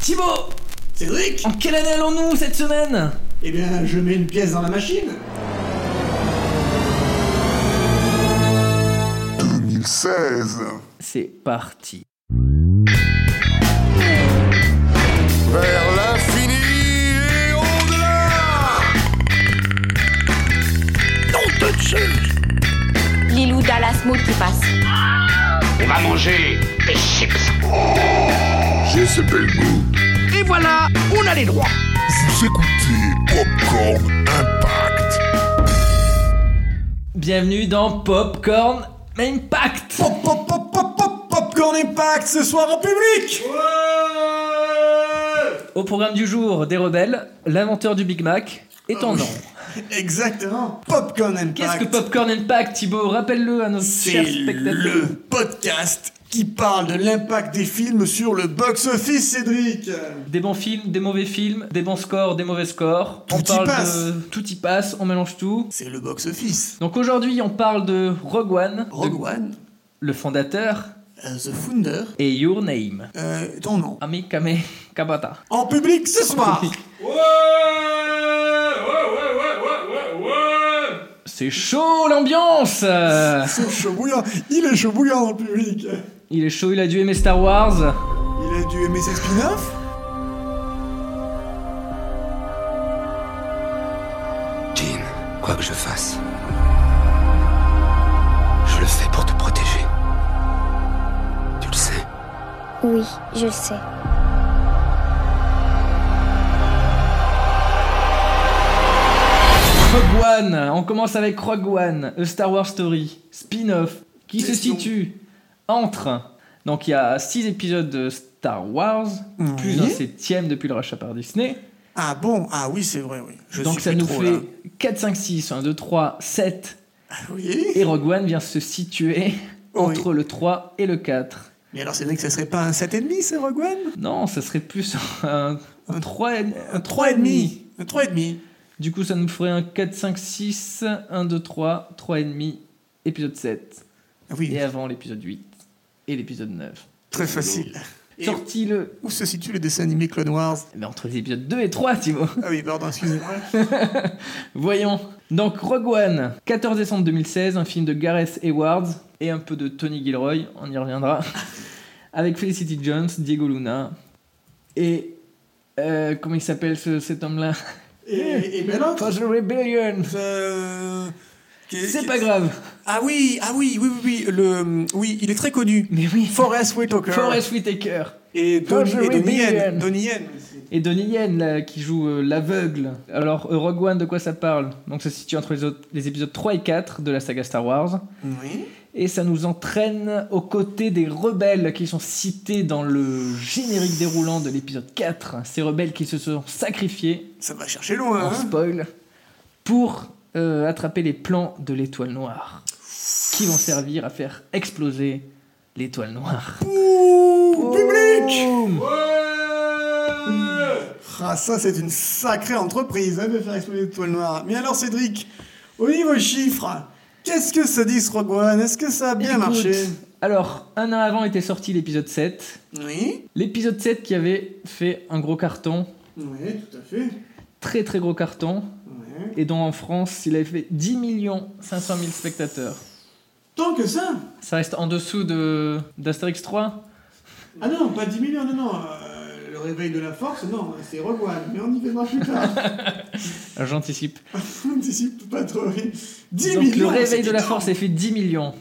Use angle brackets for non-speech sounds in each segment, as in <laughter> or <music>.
Thibaut Cédric En quelle année allons-nous cette semaine Eh bien, je mets une pièce dans la machine 2016 C'est parti. Vers l'infini et au-delà Lilou Dallas Mood qui passe. On va manger des chips. J'ai ce bel goût. Et voilà, on a les droits. Vous écoutez Popcorn Impact. Bienvenue dans Popcorn Impact Pop, pop, pop, pop, pop, Popcorn Impact ce soir en public Au programme du jour, des rebelles, l'inventeur du Big Mac et ton Oh, nom. Exactement Popcorn Impact Qu'est-ce que Popcorn Impact, Thibaut Rappelle-le à nos C'est chers spectateurs. le podcast qui parle de l'impact des films sur le box-office, Cédric Des bons films, des mauvais films, des bons scores, des mauvais scores. Tout on y parle passe. de tout y passe, on mélange tout. C'est le box-office. Donc aujourd'hui, on parle de Rogue One, de- Rogue One, le fondateur, euh, The Founder, et Your Name. euh, ton nom. Ami Kame Kabata. En public <laughs> ce soir C'est chaud l'ambiance euh. C'est chaud bouillant Il est chaud bouillant dans le public Il est chaud, il a dû aimer Star Wars. Il a dû aimer ses spin-offs Jean, quoi que je fasse, je le fais pour te protéger. Tu le sais. Oui, je le sais. Rogue One, on commence avec Rogue One, A Star Wars Story, spin-off, qui se Question. situe entre. Donc il y a 6 épisodes de Star Wars, plus Oui. un septième depuis le rachat par Disney. Ah bon Ah oui, c'est vrai, oui. Je Donc suis ça plus nous trop, fait là. 4, 5, 6, 1, 2, 3, 7. Oui Et Rogue One vient se situer Oui. entre le 3 et le 4. Mais alors, Cédric, ça serait pas un 7,5, ça, Rogue One Non, ça serait plus un Un- 3 et Un 3,5 Un 3,5 Du coup, ça nous ferait un 4, 5, 6, 1, 2, 3, 3,5, épisode 7. Ah oui, Et avant l'épisode 8 et l'épisode 9. très facile. Et Sorti le. où se situe le dessin animé Clone Wars Mais entre les épisodes 2 et 3, Thibaut. <laughs> Ah oui, pardon, excusez-moi. Voyons. Donc, Rogue One, 14 décembre 2016, un film de Gareth Edwards et un peu de Tony Gilroy, on y <laughs> reviendra. Avec Felicity Jones, Diego Luna et. euh, comment il s'appelle ce- cet homme-là et, et ben non For the Rebellion euh, qu'est- C'est qu'est- pas grave Ah oui, ah oui, oui, oui, oui, le, oui, il est très connu. Mais oui Forrest Whitaker. Forest Whitaker Et Donnie, Forrest et Donnie Whitaker. Yen. Donnie Yen aussi. Et Donnie Yen, là, qui joue euh, l'aveugle. Alors, euh, Rogue One, de quoi ça parle Donc, ça se situe entre les, autres- les épisodes 3 et 4 de la saga Star Wars. Oui. Et ça nous entraîne aux côtés des rebelles qui sont cités dans le générique déroulant de l'épisode 4. Ces rebelles qui se sont sacrifiés, Ça va chercher loin. en hein. spoil, pour euh, attraper les plans de l'étoile noire. Qui vont servir à faire exploser l'étoile noire. Oh. Ouh, public Boum Ah, ça, c'est une sacrée entreprise hein, de faire exploser l'étoile noire. Mais alors, Cédric, au niveau chiffres, qu'est-ce que ça dit ce Rogue One Est-ce que ça a bien Écoute, marché Alors, un an avant était sorti l'épisode 7, Oui. L'épisode 7 qui avait fait un gros carton, Oui, tout à fait. très très gros carton, Ouais. et dont en France il avait fait 10 millions 500 000 spectateurs. Tant que ça Ça reste en dessous de d'Astérix 3 Ah non, pas 10 millions, non, non. euh, le réveil de la force, non, c'est Rogue One, mais on y viendra plus tard. J'anticipe. on anticipe pas trop vite. 10 Donc millions le réveil c'est de la énorme. force a fait 10 millions.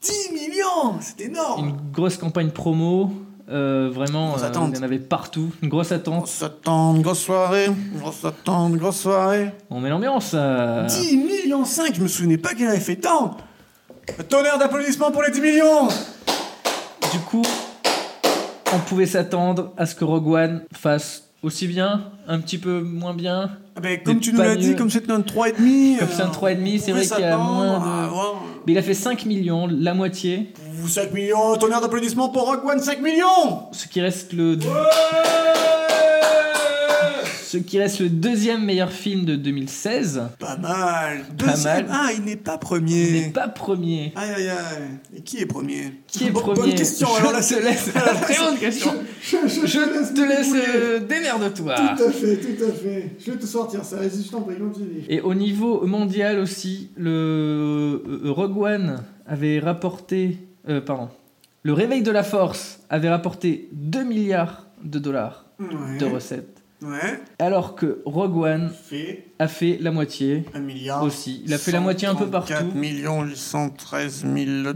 10 millions C'est énorme Une grosse campagne promo, euh, vraiment, Oh. Grosse euh, attente. il y en avait partout, une grosse attente. Grosse attente, grosse soirée, grosse attente, grosse soirée. On met l'ambiance. euh. 10 millions 5, je me souvenais pas qu'elle avait fait tant Un tonnerre d'applaudissements pour les 10 millions Du coup, on pouvait s'attendre à ce que Rogue One fasse aussi bien, un petit peu moins bien, Ah ben, Comme Mais tu nous pas l'as dit, mieux. comme c'était un 3,5... Comme c'est un 3,5, c'est euh, on pouvait vrai qu'il y a s'attendre moins de- à avoir, mais il a fait 5 millions, la moitié, euh, 5 millions, un tonnerre d'applaudissements pour Rogue One, 5 millions ce qui reste le Ouais ce Ce qui reste le deuxième meilleur film de 2016. Pas mal. Pas Deuxième. mal. Ah, il n'est pas Il premier. n'est pas premier. Aïe aïe aïe. Et qui est premier Qui est Bon- premier Bonne question. Je <laughs> Alors là, te c'est laisse- Très bonne question. Je, je- je- Je je te laisse débrouiller. euh, démerde-toi. Tout à fait, tout à fait. Je vais te sortir ça. Vas-y, je t'en prie, continue. Et au niveau mondial aussi, le euh, Rogue One avait rapporté, euh, pardon, le Réveil de la Force avait rapporté 2 milliards de dollars Ouais. de recettes, Ouais. alors que Rogue One Fait a fait la moitié un milliard. aussi. Il a fait la moitié un peu partout. 4 813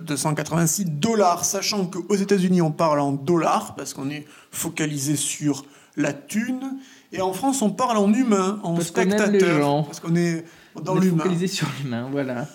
286 dollars, sachant qu'aux États-Unis on parle en dollars parce qu'on est focalisé sur la thune, et en France on parle en humain, en Parce qu'on aime les spectateur, gens. parce qu'on est dans On est l'humain. focalisé sur l'humain, voilà.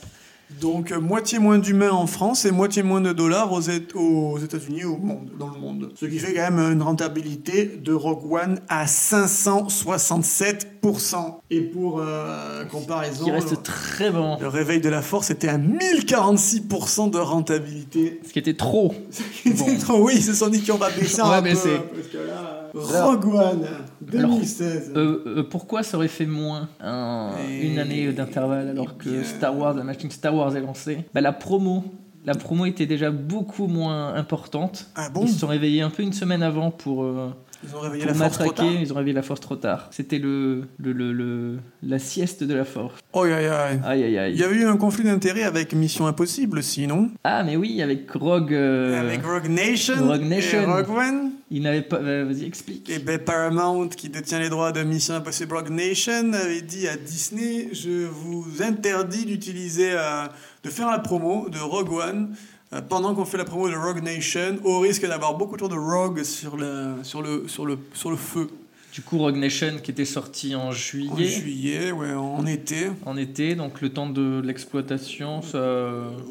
Donc euh, moitié moins d'humains en France et moitié moins de dollars aux, Éta- aux États-Unis au monde, dans le monde. Ce qui fait quand même une rentabilité de Rogue One à 567%. Et pour euh, comparaison, Qui le- reste très bon. le réveil de la force était à 1046% de rentabilité. Ce qui était trop. <laughs> Bon. oui, ce sont dit qu'on va baisser On un va peu, baisser. hein, parce que là, Rogue One, 2016. Euh, euh, pourquoi ça aurait fait moins un- Eh une année d'intervalle alors que bien. Star Wars, la machine Star Wars est lancée bah, La promo, la promo était déjà beaucoup moins importante. ah bon Ils se sont réveillés un peu une semaine avant pour, euh, Ils ont réveillé pour la force trop tard matraquer. Ils ont réveillé la force trop tard. C'était le, le, le- le- la sieste de la force. Oh, aïe, aïe, aïe. Aïe aïe Il aïe. y avait eu un conflit d'intérêts avec Mission Impossible, sinon. Ah mais oui, avec Rogue, euh, Avec Rogue Nation, Rogue Nation. et Rogue One. il n'avait pas. euh, Vas-y explique. Et ben Paramount, qui détient les droits de Mission Impossible Rogue Nation, avait dit à Disney Je vous interdis d'utiliser, euh, de faire la promo de Rogue One euh, pendant qu'on fait la promo de Rogue Nation, au risque d'avoir beaucoup trop de Rogue sur le, sur le, sur le, sur le feu. Du coup Rogue Nation qui était sorti en En juillet, juillet, ouais, en été. Euh, en été, donc le temps de l'exploitation, ça.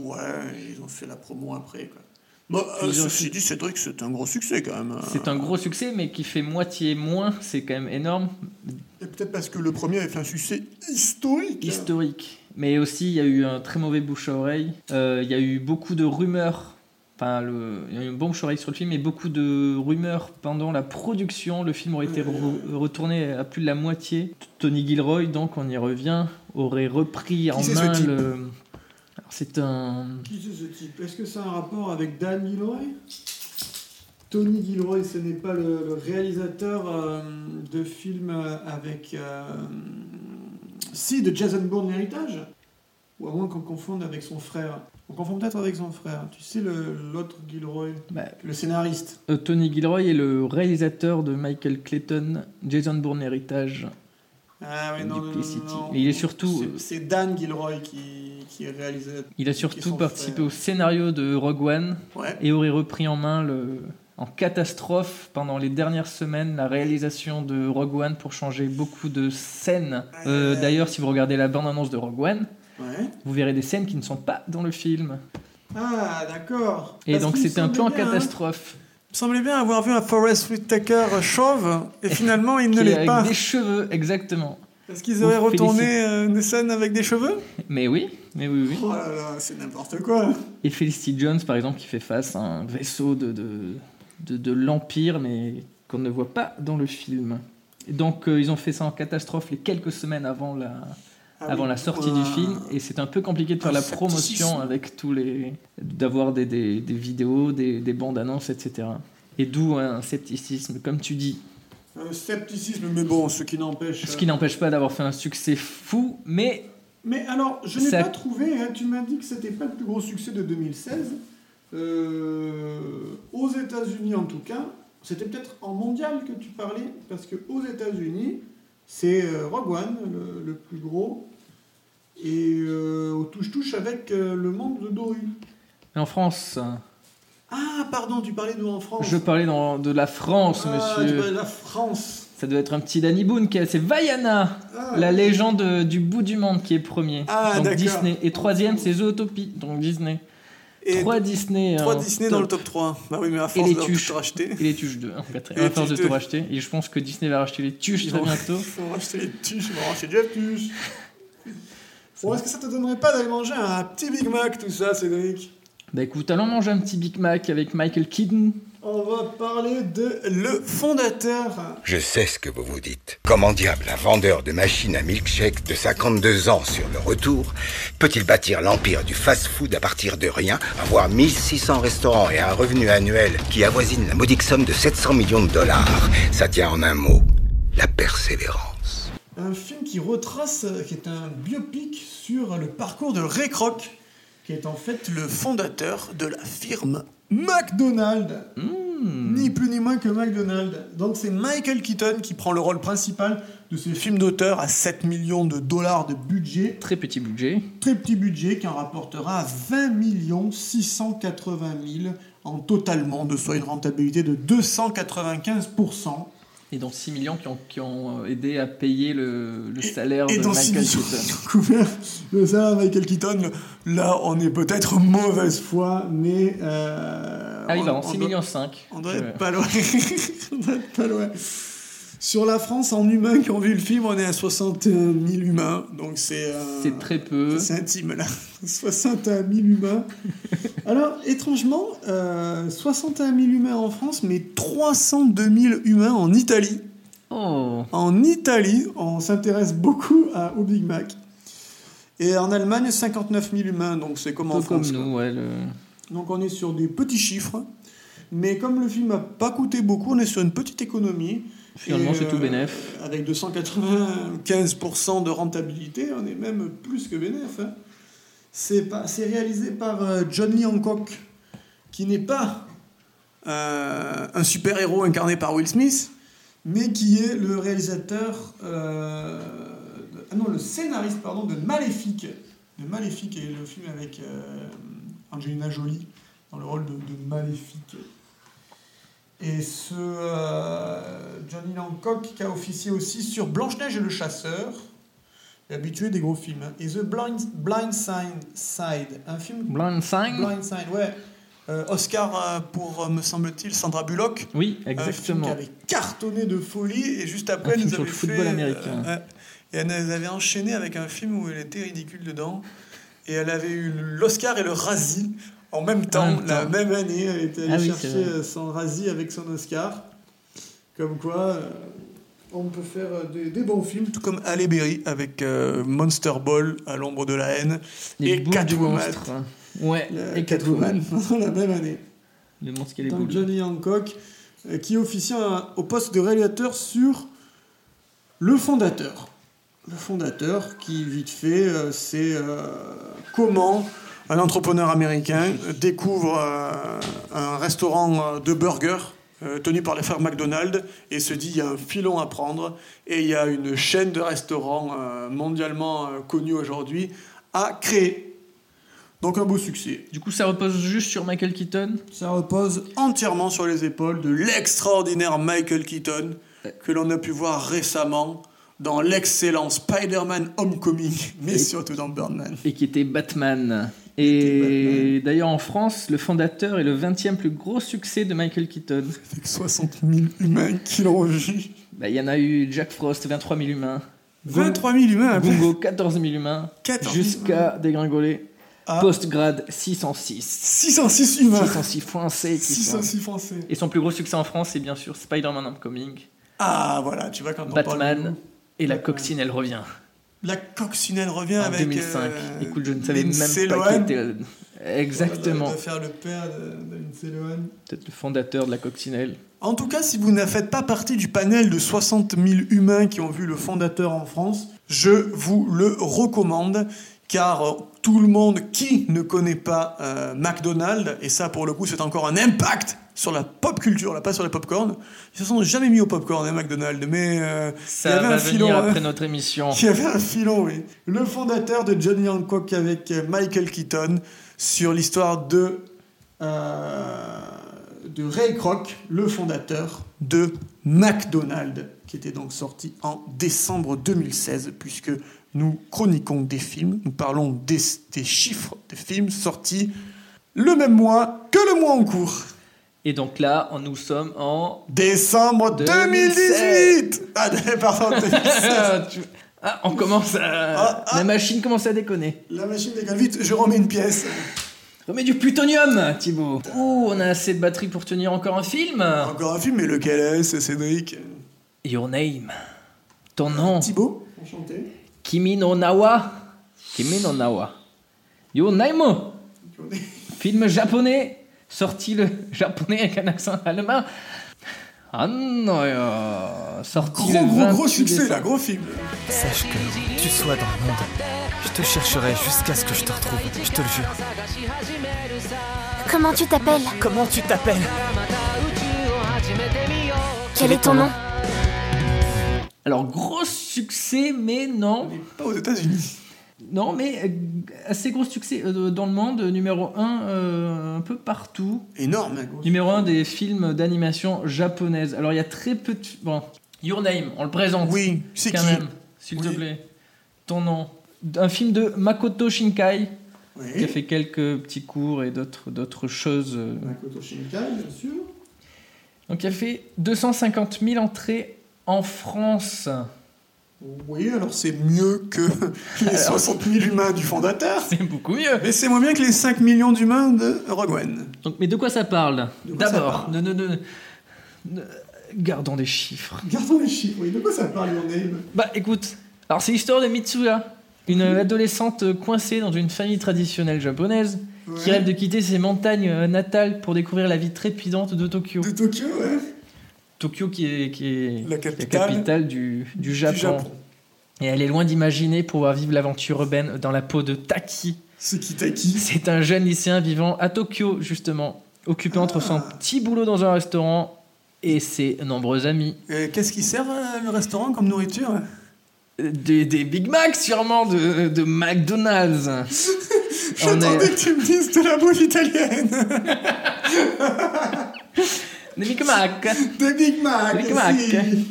Ouais, ils ont fait la promo après. Quoi. Bon, Ils euh, ont ceci fait- dit, Cédric, c'est un gros succès quand même. hein. C'est un gros succès, mais qui fait moitié moins, c'est quand même énorme, Et peut-être parce que le premier avait fait un succès historique. historique. Mais aussi, il y a eu un très mauvais bouche-oreille. Euh, il y a eu beaucoup de rumeurs. Enfin, le... il y a eu une bombe oreille sur le film et beaucoup de rumeurs pendant la production. Le film aurait été re- retourné à plus de la moitié. Tony Gilroy, donc on y revient, aurait repris en c'est ce main type le. Alors, C'est un. Qui c'est ce type Est-ce que c'est un rapport avec Dan Gilroy Tony Gilroy, ce n'est pas le, le réalisateur euh, de films euh, avec. euh, si, de Jason Bourne, l'héritage Ou à moins qu'on confonde avec son frère. On confond peut-être avec son frère. Tu sais, le- l'autre Gilroy, bah, le scénariste. euh, Tony Gilroy est le réalisateur de Michael Clayton, Jason Bourne Héritage. Ah oui, non, non, non, Duplicity. non, non. Mais il est surtout- euh, C'est- C'est Dan Gilroy qui, qui est réalisateur. Il a Qui surtout sont participé frères. au scénario de Rogue One Ouais. et aurait repris en main le, en catastrophe pendant les dernières semaines la réalisation de Rogue One pour changer beaucoup de scènes. Euh, D'ailleurs, si vous regardez la bande-annonce de Rogue One, Ouais. vous verrez des scènes qui ne sont pas dans le film. Ah, d'accord. Et Parce donc qu'il me c'était un peu en semblait bien, hein. catastrophe. Il me semblait bien avoir vu un Forest Whitaker chauve, et finalement il ne Qui est l'est avec pas. des cheveux, exactement. Est-ce qu'ils auraient Vous retourné euh, une scène avec des cheveux Mais oui, mais oui, oui. Oh là là, c'est n'importe quoi Et Felicity Jones, par exemple, qui fait face à un vaisseau de, de, de, de l'Empire, mais qu'on ne voit pas dans le film. Et donc, euh, ils ont fait ça en catastrophe les quelques semaines avant la, Ah avant oui. la sortie Ouah. du film, et c'est un peu compliqué de faire Un la scepticisme. promotion avec tous les. d'avoir des, des, des vidéos, des, des bandes annonces, etc. Et d'où un scepticisme, comme tu dis. Un Euh, scepticisme, mais bon, ce qui n'empêche. euh, Ce qui n'empêche pas d'avoir fait un succès fou, mais Mais alors, je n'ai Ça- pas trouvé, hein, tu m'as dit que c'était pas le plus gros succès de 2016. Euh, aux États-Unis en tout cas, c'était peut-être en mondial que tu parlais, parce que aux États-Unis, c'est euh, Rogue One le, le plus gros, et euh, au touche-touche avec euh, le monde de Doru. en France. Ah, pardon, tu parlais de en France. Je parlais dans, de la France, Ah, tu parlais monsieur. de la France. Ça doit être un petit Danny Boone qui a. C'est Vaiana Ah, La légende euh, du bout du monde qui est premier. Ah, Donc d'accord. Disney. Et troisième, c'est Zootopie. Donc Disney. et Trois Disney. trois en Disney top. dans le top 3. Bah oui, mais à les force de tuches. tout racheter. Et les tuches 2, en fait. Et À les force de tuches tout deux. racheter. Et je pense que Disney va racheter les tuches Ils très vont- bientôt. Ils vont racheter les tuches, ils vont racheter déjà les tuches. Bon, est-ce que ça te donnerait pas d'aller manger un petit Big Mac, tout ça, Cédric Bah écoute, allons manger un petit Big Mac avec Michael Keaton. On va parler de le fondateur. Je sais ce que vous vous dites. Comment diable un vendeur de machines à milkshake de 52 ans sur le retour peut-il bâtir l'empire du fast-food à partir de rien, avoir 1600 restaurants et un revenu annuel qui avoisine la modique somme de 700 millions de dollars Ça tient en un mot, la persévérance. Un film qui retrace, qui est un biopic sur le parcours de Ray Kroc, qui est en fait le fondateur de la firme McDonald's. Mmh. Ni plus ni moins que McDonald's. Donc c'est Michael Keaton qui prend le rôle principal de ce film d'auteur à 7 millions de dollars de budget. Très petit budget. Très petit budget qui en rapportera 20 680 000 en totalement, de soit une rentabilité de 295%. Et dont 6 millions qui ont, qui ont euh, aidé à payer le, le salaire et de dans Michael Six Keaton. Millions Couvert, le salaire de Michael Keaton, là on est peut-être mauvaise foi, mais. euh, Ah oui, on- pardon, on 6 doit- millions 5. On doit être pas loin. <laughs> on doit être pas loin. Sur la France, en humains qui ont vu le film, on est à 61 000 humains, donc c'est. euh, C'est très peu. c'est intime là. 61 000 <laughs> humains. Alors, étrangement, euh, 61 000 humains en France, mais 302 000 humains en Italie. Oh. En Italie, on s'intéresse beaucoup à, au Big Mac. Et en Allemagne, 59 000 humains, donc c'est comme en Peu comme France. quoi. nous, ouais. le- Donc on est sur des petits chiffres. Mais comme le film n'a pas coûté beaucoup, on est sur une petite économie. Finalement, Et, c'est tout euh, bénef. Avec 295% de rentabilité, on est même plus que bénef. hein. C'est pas- c'est réalisé par euh, John Lee Hancock, qui n'est pas euh, un super-héros incarné par Will Smith, mais qui est le réalisateur, euh, de- ah non, le scénariste, pardon, de Maléfique. De Maléfique est le film avec euh, Angelina Jolie dans le rôle de, de Maléfique. Et ce euh, Johnny Hancock qui a officié aussi sur Blanche-Neige et le Chasseur, est habitué des gros films, hein. et The Blind, Blind Side- Side, un film Blind Sign Blind Side, ouais. Euh, Oscar euh, pour, euh, me semble-t-il, Sandra Bullock. Oui, Un exactement. film qui avait cartonné de folie et juste Un après, elle film nous sur avait le fait, euh, football américain. ouais. et elle nous avait enchaîné avec un film où elle était ridicule dedans. Et elle avait eu l'Oscar et le Razzie en même temps, même la temps. même année. Elle était allée Ah oui, c'est chercher vrai. euh, son Razzie avec son Oscar. Comme quoi, euh, on peut faire euh, des, des bons films. Tout comme Halle Berry avec euh, Monster Ball à l'ombre de la haine. Les et boules du Catwoman. monstre. hein. Ouais, Euh, et Catwoman, <laughs> Catwoman. la même année. Le monstre qui a les Donc boules. Johnny Hancock, euh, qui officie un- au poste de réalisateur sur Le Fondateur. Le Fondateur, qui vite fait, euh, c'est euh, comment un entrepreneur américain découvre euh, un restaurant euh, de burgers euh, tenu par les frères McDonald et se dit il y a un filon à prendre et il y a une chaîne de restaurants euh, mondialement euh, connue aujourd'hui à créer. Donc un beau succès. Du coup, ça repose juste sur Michael Keaton. Ça repose entièrement sur les épaules de l'extraordinaire Michael Keaton que l'on a pu voir récemment dans l'excellent Spider-Man Homecoming, mais surtout dans Birdman. et qui était Batman. était Et d'ailleurs en France, le fondateur est le 20e plus gros succès de Michael Keaton. Avec 60 000 humains qui l'ont vu. Bah, Il y en a eu Jack Frost, 23 000 humains. 23 000 humains après. Gungo, 14 000 humains. 14 000 Jusqu'à dégringoler. Ah. Postgrad, 606. 606 humains. 606 français. qui sont- 606 français. Et son plus gros succès en France, c'est bien sûr Spider-Man Homecoming, Ah voilà, tu vois quand on parle. Batman. Et la Batman. coccine, elle revient La coccinelle revient en avec. 2005. euh, Écoute, je ne savais Lindsay même pas qui Lohan. Oh était. euh, Exactement. On va faire le père de, de Lindsay Lohan. Peut-être le fondateur de la coccinelle. En tout cas, si vous ne faites pas partie du panel de 60 000 humains qui ont vu le fondateur en France, je vous le recommande, car euh, tout le monde qui ne connaît pas euh, McDonald's, et ça pour le coup c'est encore un impact sur la pop culture, là pas sur la popcorn, ils se sont jamais mis au popcorn hein, McDonald's, mais euh, il y Ça avait va un filon, venir hein. après notre émission. <laughs> il y avait un filon, oui. Le fondateur de Johnny Hancock avec euh, Michael Keaton sur l'histoire de, euh, de Ray Kroc, le fondateur de McDonald's, qui était donc sorti en décembre 2016, puisque nous chroniquons des films, nous parlons des, des chiffres des films sortis le même mois que le mois en cours. Et donc là, on- nous sommes <laughs> en. Décembre 2016. 2018 Ah, <laughs> pardon, 2016 Ah, tu- <laughs> ah, on commence à. Ah, ah. La machine commence à déconner. La machine décolle vite, je remets une pièce. Remets du plutonium, Thibaut. Ouh, on a assez de batterie pour tenir encore un film. Encore un film, mais lequel est-ce, Cédric Your name. Ton nom. Thibaut Enchanté. Kimi no Nawa. Kimi no Nawa. Your name. Film japonais. Sorti le japonais avec un accent allemand. Ah non, yo. Sorti Gros, le gros, 28 gros succès, décembre. là, gros film. Sache que tu sois dans le monde. Je te chercherai jusqu'à ce que je te retrouve, je te le jure. Comment tu t'appelles Comment tu t'appelles Quel est ton nom Alors, gros succès, mais non. Pas aux États-Unis. Non, mais euh, assez gros succès euh, dans le monde. Numéro 1, un peu partout. Énorme. hein. Numéro 1 des films d'animation japonaise. Alors, il y a très peu de. Bon, Your Name, on le présente. Oui, c'est quand qui même, s'il te Oui. plaît. Ton nom. Un film de Makoto Shinkai, qui a Oui. fait quelques petits cours et d'autres d'autres choses. euh. Makoto Shinkai, bien sûr. Donc, il a fait 250 000 entrées en France. Oui, alors c'est mieux que les 60 000 humains du fondateur. C'est beaucoup mieux. Mais <laughs> c'est moins bien que les 5 millions d'humains de Rogue One. Donc, mais de quoi ça parle De quoi ça D'abord, parle ne, ne, ne- ne- gardons des chiffres. Gardons les chiffres, oui. De quoi ça parle, Your Name Bah écoute, alors c'est l'histoire de Mitsuya, une adolescente coincée dans une famille traditionnelle japonaise qui Ouais. rêve de quitter ses montagnes euh, natales pour découvrir la vie trépidante de Tokyo. De Tokyo, ouais. Tokyo qui est, qui est La la capitale. capitale du, du, Japon. Du Japon. Et elle est loin d'imaginer pouvoir vivre l'aventure urbaine dans la peau de Taki. C'est Kitaki. C'est un jeune lycéen vivant à Tokyo, justement, occupé entre son Ah. petit boulot dans un restaurant et ses nombreux amis. Euh, Qu'est-ce qu'ils servent euh, le restaurant comme nourriture euh, Des, des Big Macs, sûrement, de, de <laughs> McDonald's. On J'attendais est- que tu me dises de la bouffe italienne. Des Big Mac. Des Big Mac. Big Mac. si.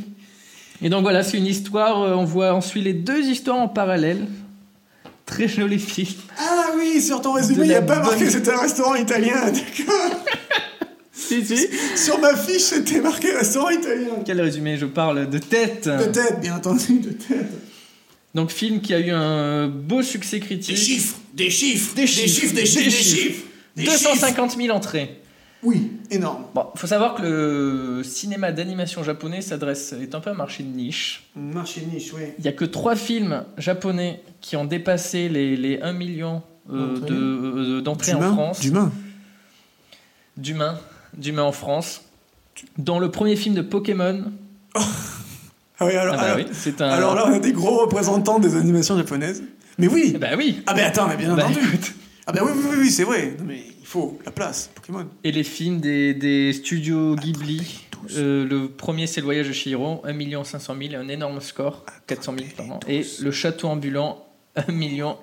Et donc voilà, c'est une histoire. euh, On voit, on suit les deux histoires en parallèle. Très joli film. Ah oui, sur ton De résumé, il n'y la a pas marqué bonne- que c'était un restaurant italien. <laughs> D'accord. Si, si. sur ma fiche, c'était marqué restaurant italien. <laughs> Quel résumé Je parle de tête. De tête, bien entendu, de tête. Donc film qui a eu un beau succès critique. des chiffres, Des chiffres, des chiffres, des chiffres. 250 000 entrées. Oui, énorme. Bon, faut savoir que le cinéma d'animation japonais s'adresse est un peu un marché de niche. Marché niche, oui. Il y a que trois films japonais qui ont dépassé les, les 1 million euh, D'entrées. de- euh, d'entrées en France. D'humain. d'humains, d'humains en France. Dans le premier film de Pokémon, Ah oui, alors, ah bah alors- oui, c'est un. alors là, on a des gros représentants des animations japonaises. Mais oui Eh bah oui. Ah ben attends, mais bien Bah, entendu écoute. Ah ben oui, oui, oui, oui, c'est vrai. Non, mais il faut la place, Pokémon. Et les films des, des studios Ah, Ghibli. euh, le premier, c'est Le Voyage de Chihiro, 1 500 000, un énorme score, Ah, 400 000, pardon. Et Le Château Ambulant, 1 million.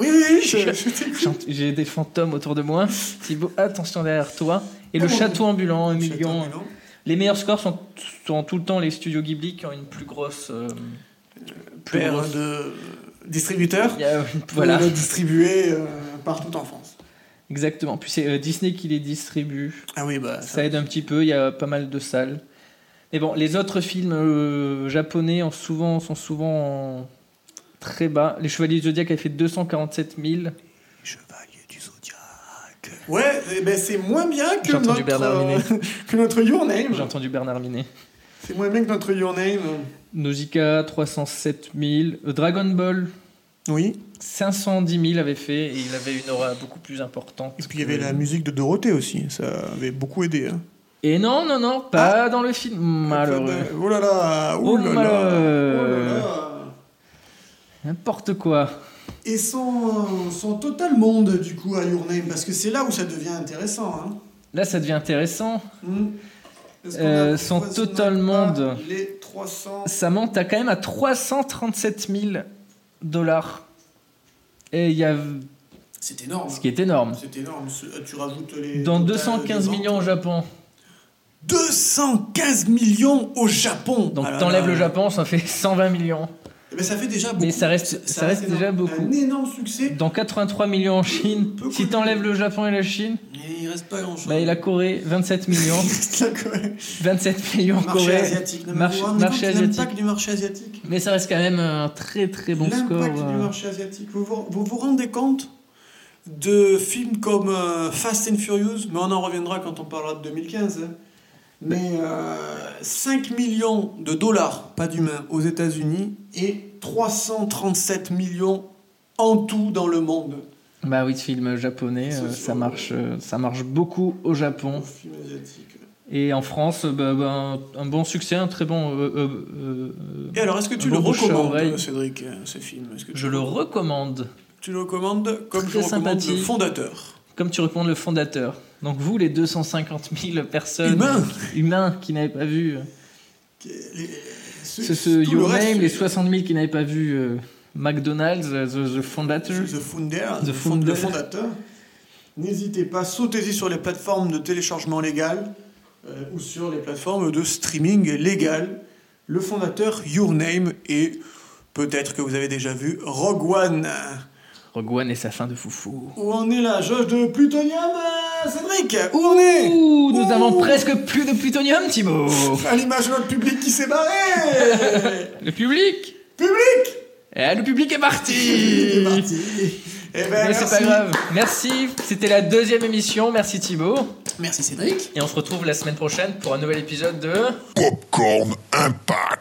Oui, oui, oui, je, je t'écoute. J'ent- J'ai des fantômes autour de moi. Thibaut, attention derrière toi. Et Le Oh mon Château Ambulant, 1 Je suis million. attendu, non Les meilleurs scores sont, sont tout le temps les studios Ghibli qui ont une plus grosse. euh, plus Père grosse- de distributeur. Il y a- <laughs> Voilà. voilà. Le distribuer euh, partout en France. Exactement. Puis c'est euh, Disney qui les distribue. Ah oui, bah... Ça aide un petit peu. Il y a pas mal de salles. Mais bon, les autres films euh, japonais ont souvent, sont souvent en- très bas. Les Chevaliers du Zodiac a fait 247 000. Chevalier du Zodiac. Ouais, eh ben c'est moins bien que J'ai entendu notre, Bernard euh, <laughs> Minet. que notre Your Name. J'ai entendu Bernard Minet. C'est moins bien que notre Your Name. Nausicaa 307 000. Euh, Dragon Ball Oui. 510 000 avait fait et il avait une aura beaucoup plus importante. Et puis il y que- avait la musique de Dorothée aussi. Ça avait beaucoup aidé. hein. Et non, non, non, pas Ah. dans le film. Malheureux. Oh là là. Oh Oh là là. malheureux. Oh là là. N'importe quoi. Et son, son total monde, du coup, à Your Name, parce que c'est là où ça devient intéressant. Hein. Là, ça devient intéressant. Hmm. Parce qu'on Euh, a- son parce qu'on total a monde. Les 300. ça monte à quand même à 337 000 dollars. Et il y a C'est énorme. ce qui est énorme. C'est énorme. ce- Tu rajoutes les. Dans totales 215 des ventes. millions au Japon. 215 millions au Japon. Donc Ah là t'enlèves là. le Japon, ça fait 120 millions. Eh ben, ça fait déjà <laughs> beaucoup. Mais ça reste, ça reste déjà énorme. beaucoup. Un énorme succès. Dans 83 millions en Chine. Peu Si coûteux. t'enlèves le Japon et la Chine, Et il reste pas grand chose. bah et la Corée, 27 <laughs> millions. Il reste la Corée. 27 millions en Marché Corée. asiatique. Non, mais Marché- vous vous rendez marché compte de L'impact asiatique. du marché asiatique. Mais ça reste quand même un très très bon score. L'impact du euh. marché asiatique. Vous vous, vous vous rendez compte de films comme euh, Fast and Furious, mais on en reviendra quand on parlera de 2015. hein. Mais euh, 5 millions de dollars, pas d'humains, aux États-Unis et 337 millions en tout dans le monde. Bah oui, ce film japonais, euh, Ce ça film- marche, euh, ça marche beaucoup au Japon. Film asiatique. Et en France, euh, bah, bah, un, un bon succès, un très bon. euh, euh, euh, euh, Et alors, est-ce que tu un le bon bouche à oreille. recommandes, Cédric, euh, ce film Est-ce que tu- Je le recommande, Tu le recommandes comme je Très recommande le sympathique. fondateur. comme tu recommandes le fondateur. Donc vous, les 250 000 personnes Humains. humains qui n'avaient pas vu euh, Qui est- les- ce- ce, ce tout le Your reste, Name, les 60 000 qui n'avaient pas vu euh, McDonald's, euh, The, the Fondateur. The Founder, The le fond- Founder. le fondateur. N'hésitez pas, sautez-y sur les plateformes de téléchargement légal euh, ou sur les plateformes de streaming légal. Le fondateur, Your Name, et peut-être que vous avez déjà vu Rogue One. Rogue One et sa fin de foufou. Où en est la jauge de plutonium, euh, Cédric Où en est Ouh, nous Ouh. avons presque plus de plutonium, Thibaut À l'image de notre public qui s'est barré Le public Public Eh, Le public est Il parti est parti. Eh ben, Mais c'est pas merci. grave. Merci, c'était la deuxième émission. Merci Thibaut. Merci Cédric. Et on se retrouve la semaine prochaine pour un nouvel épisode de... Popcorn Impact.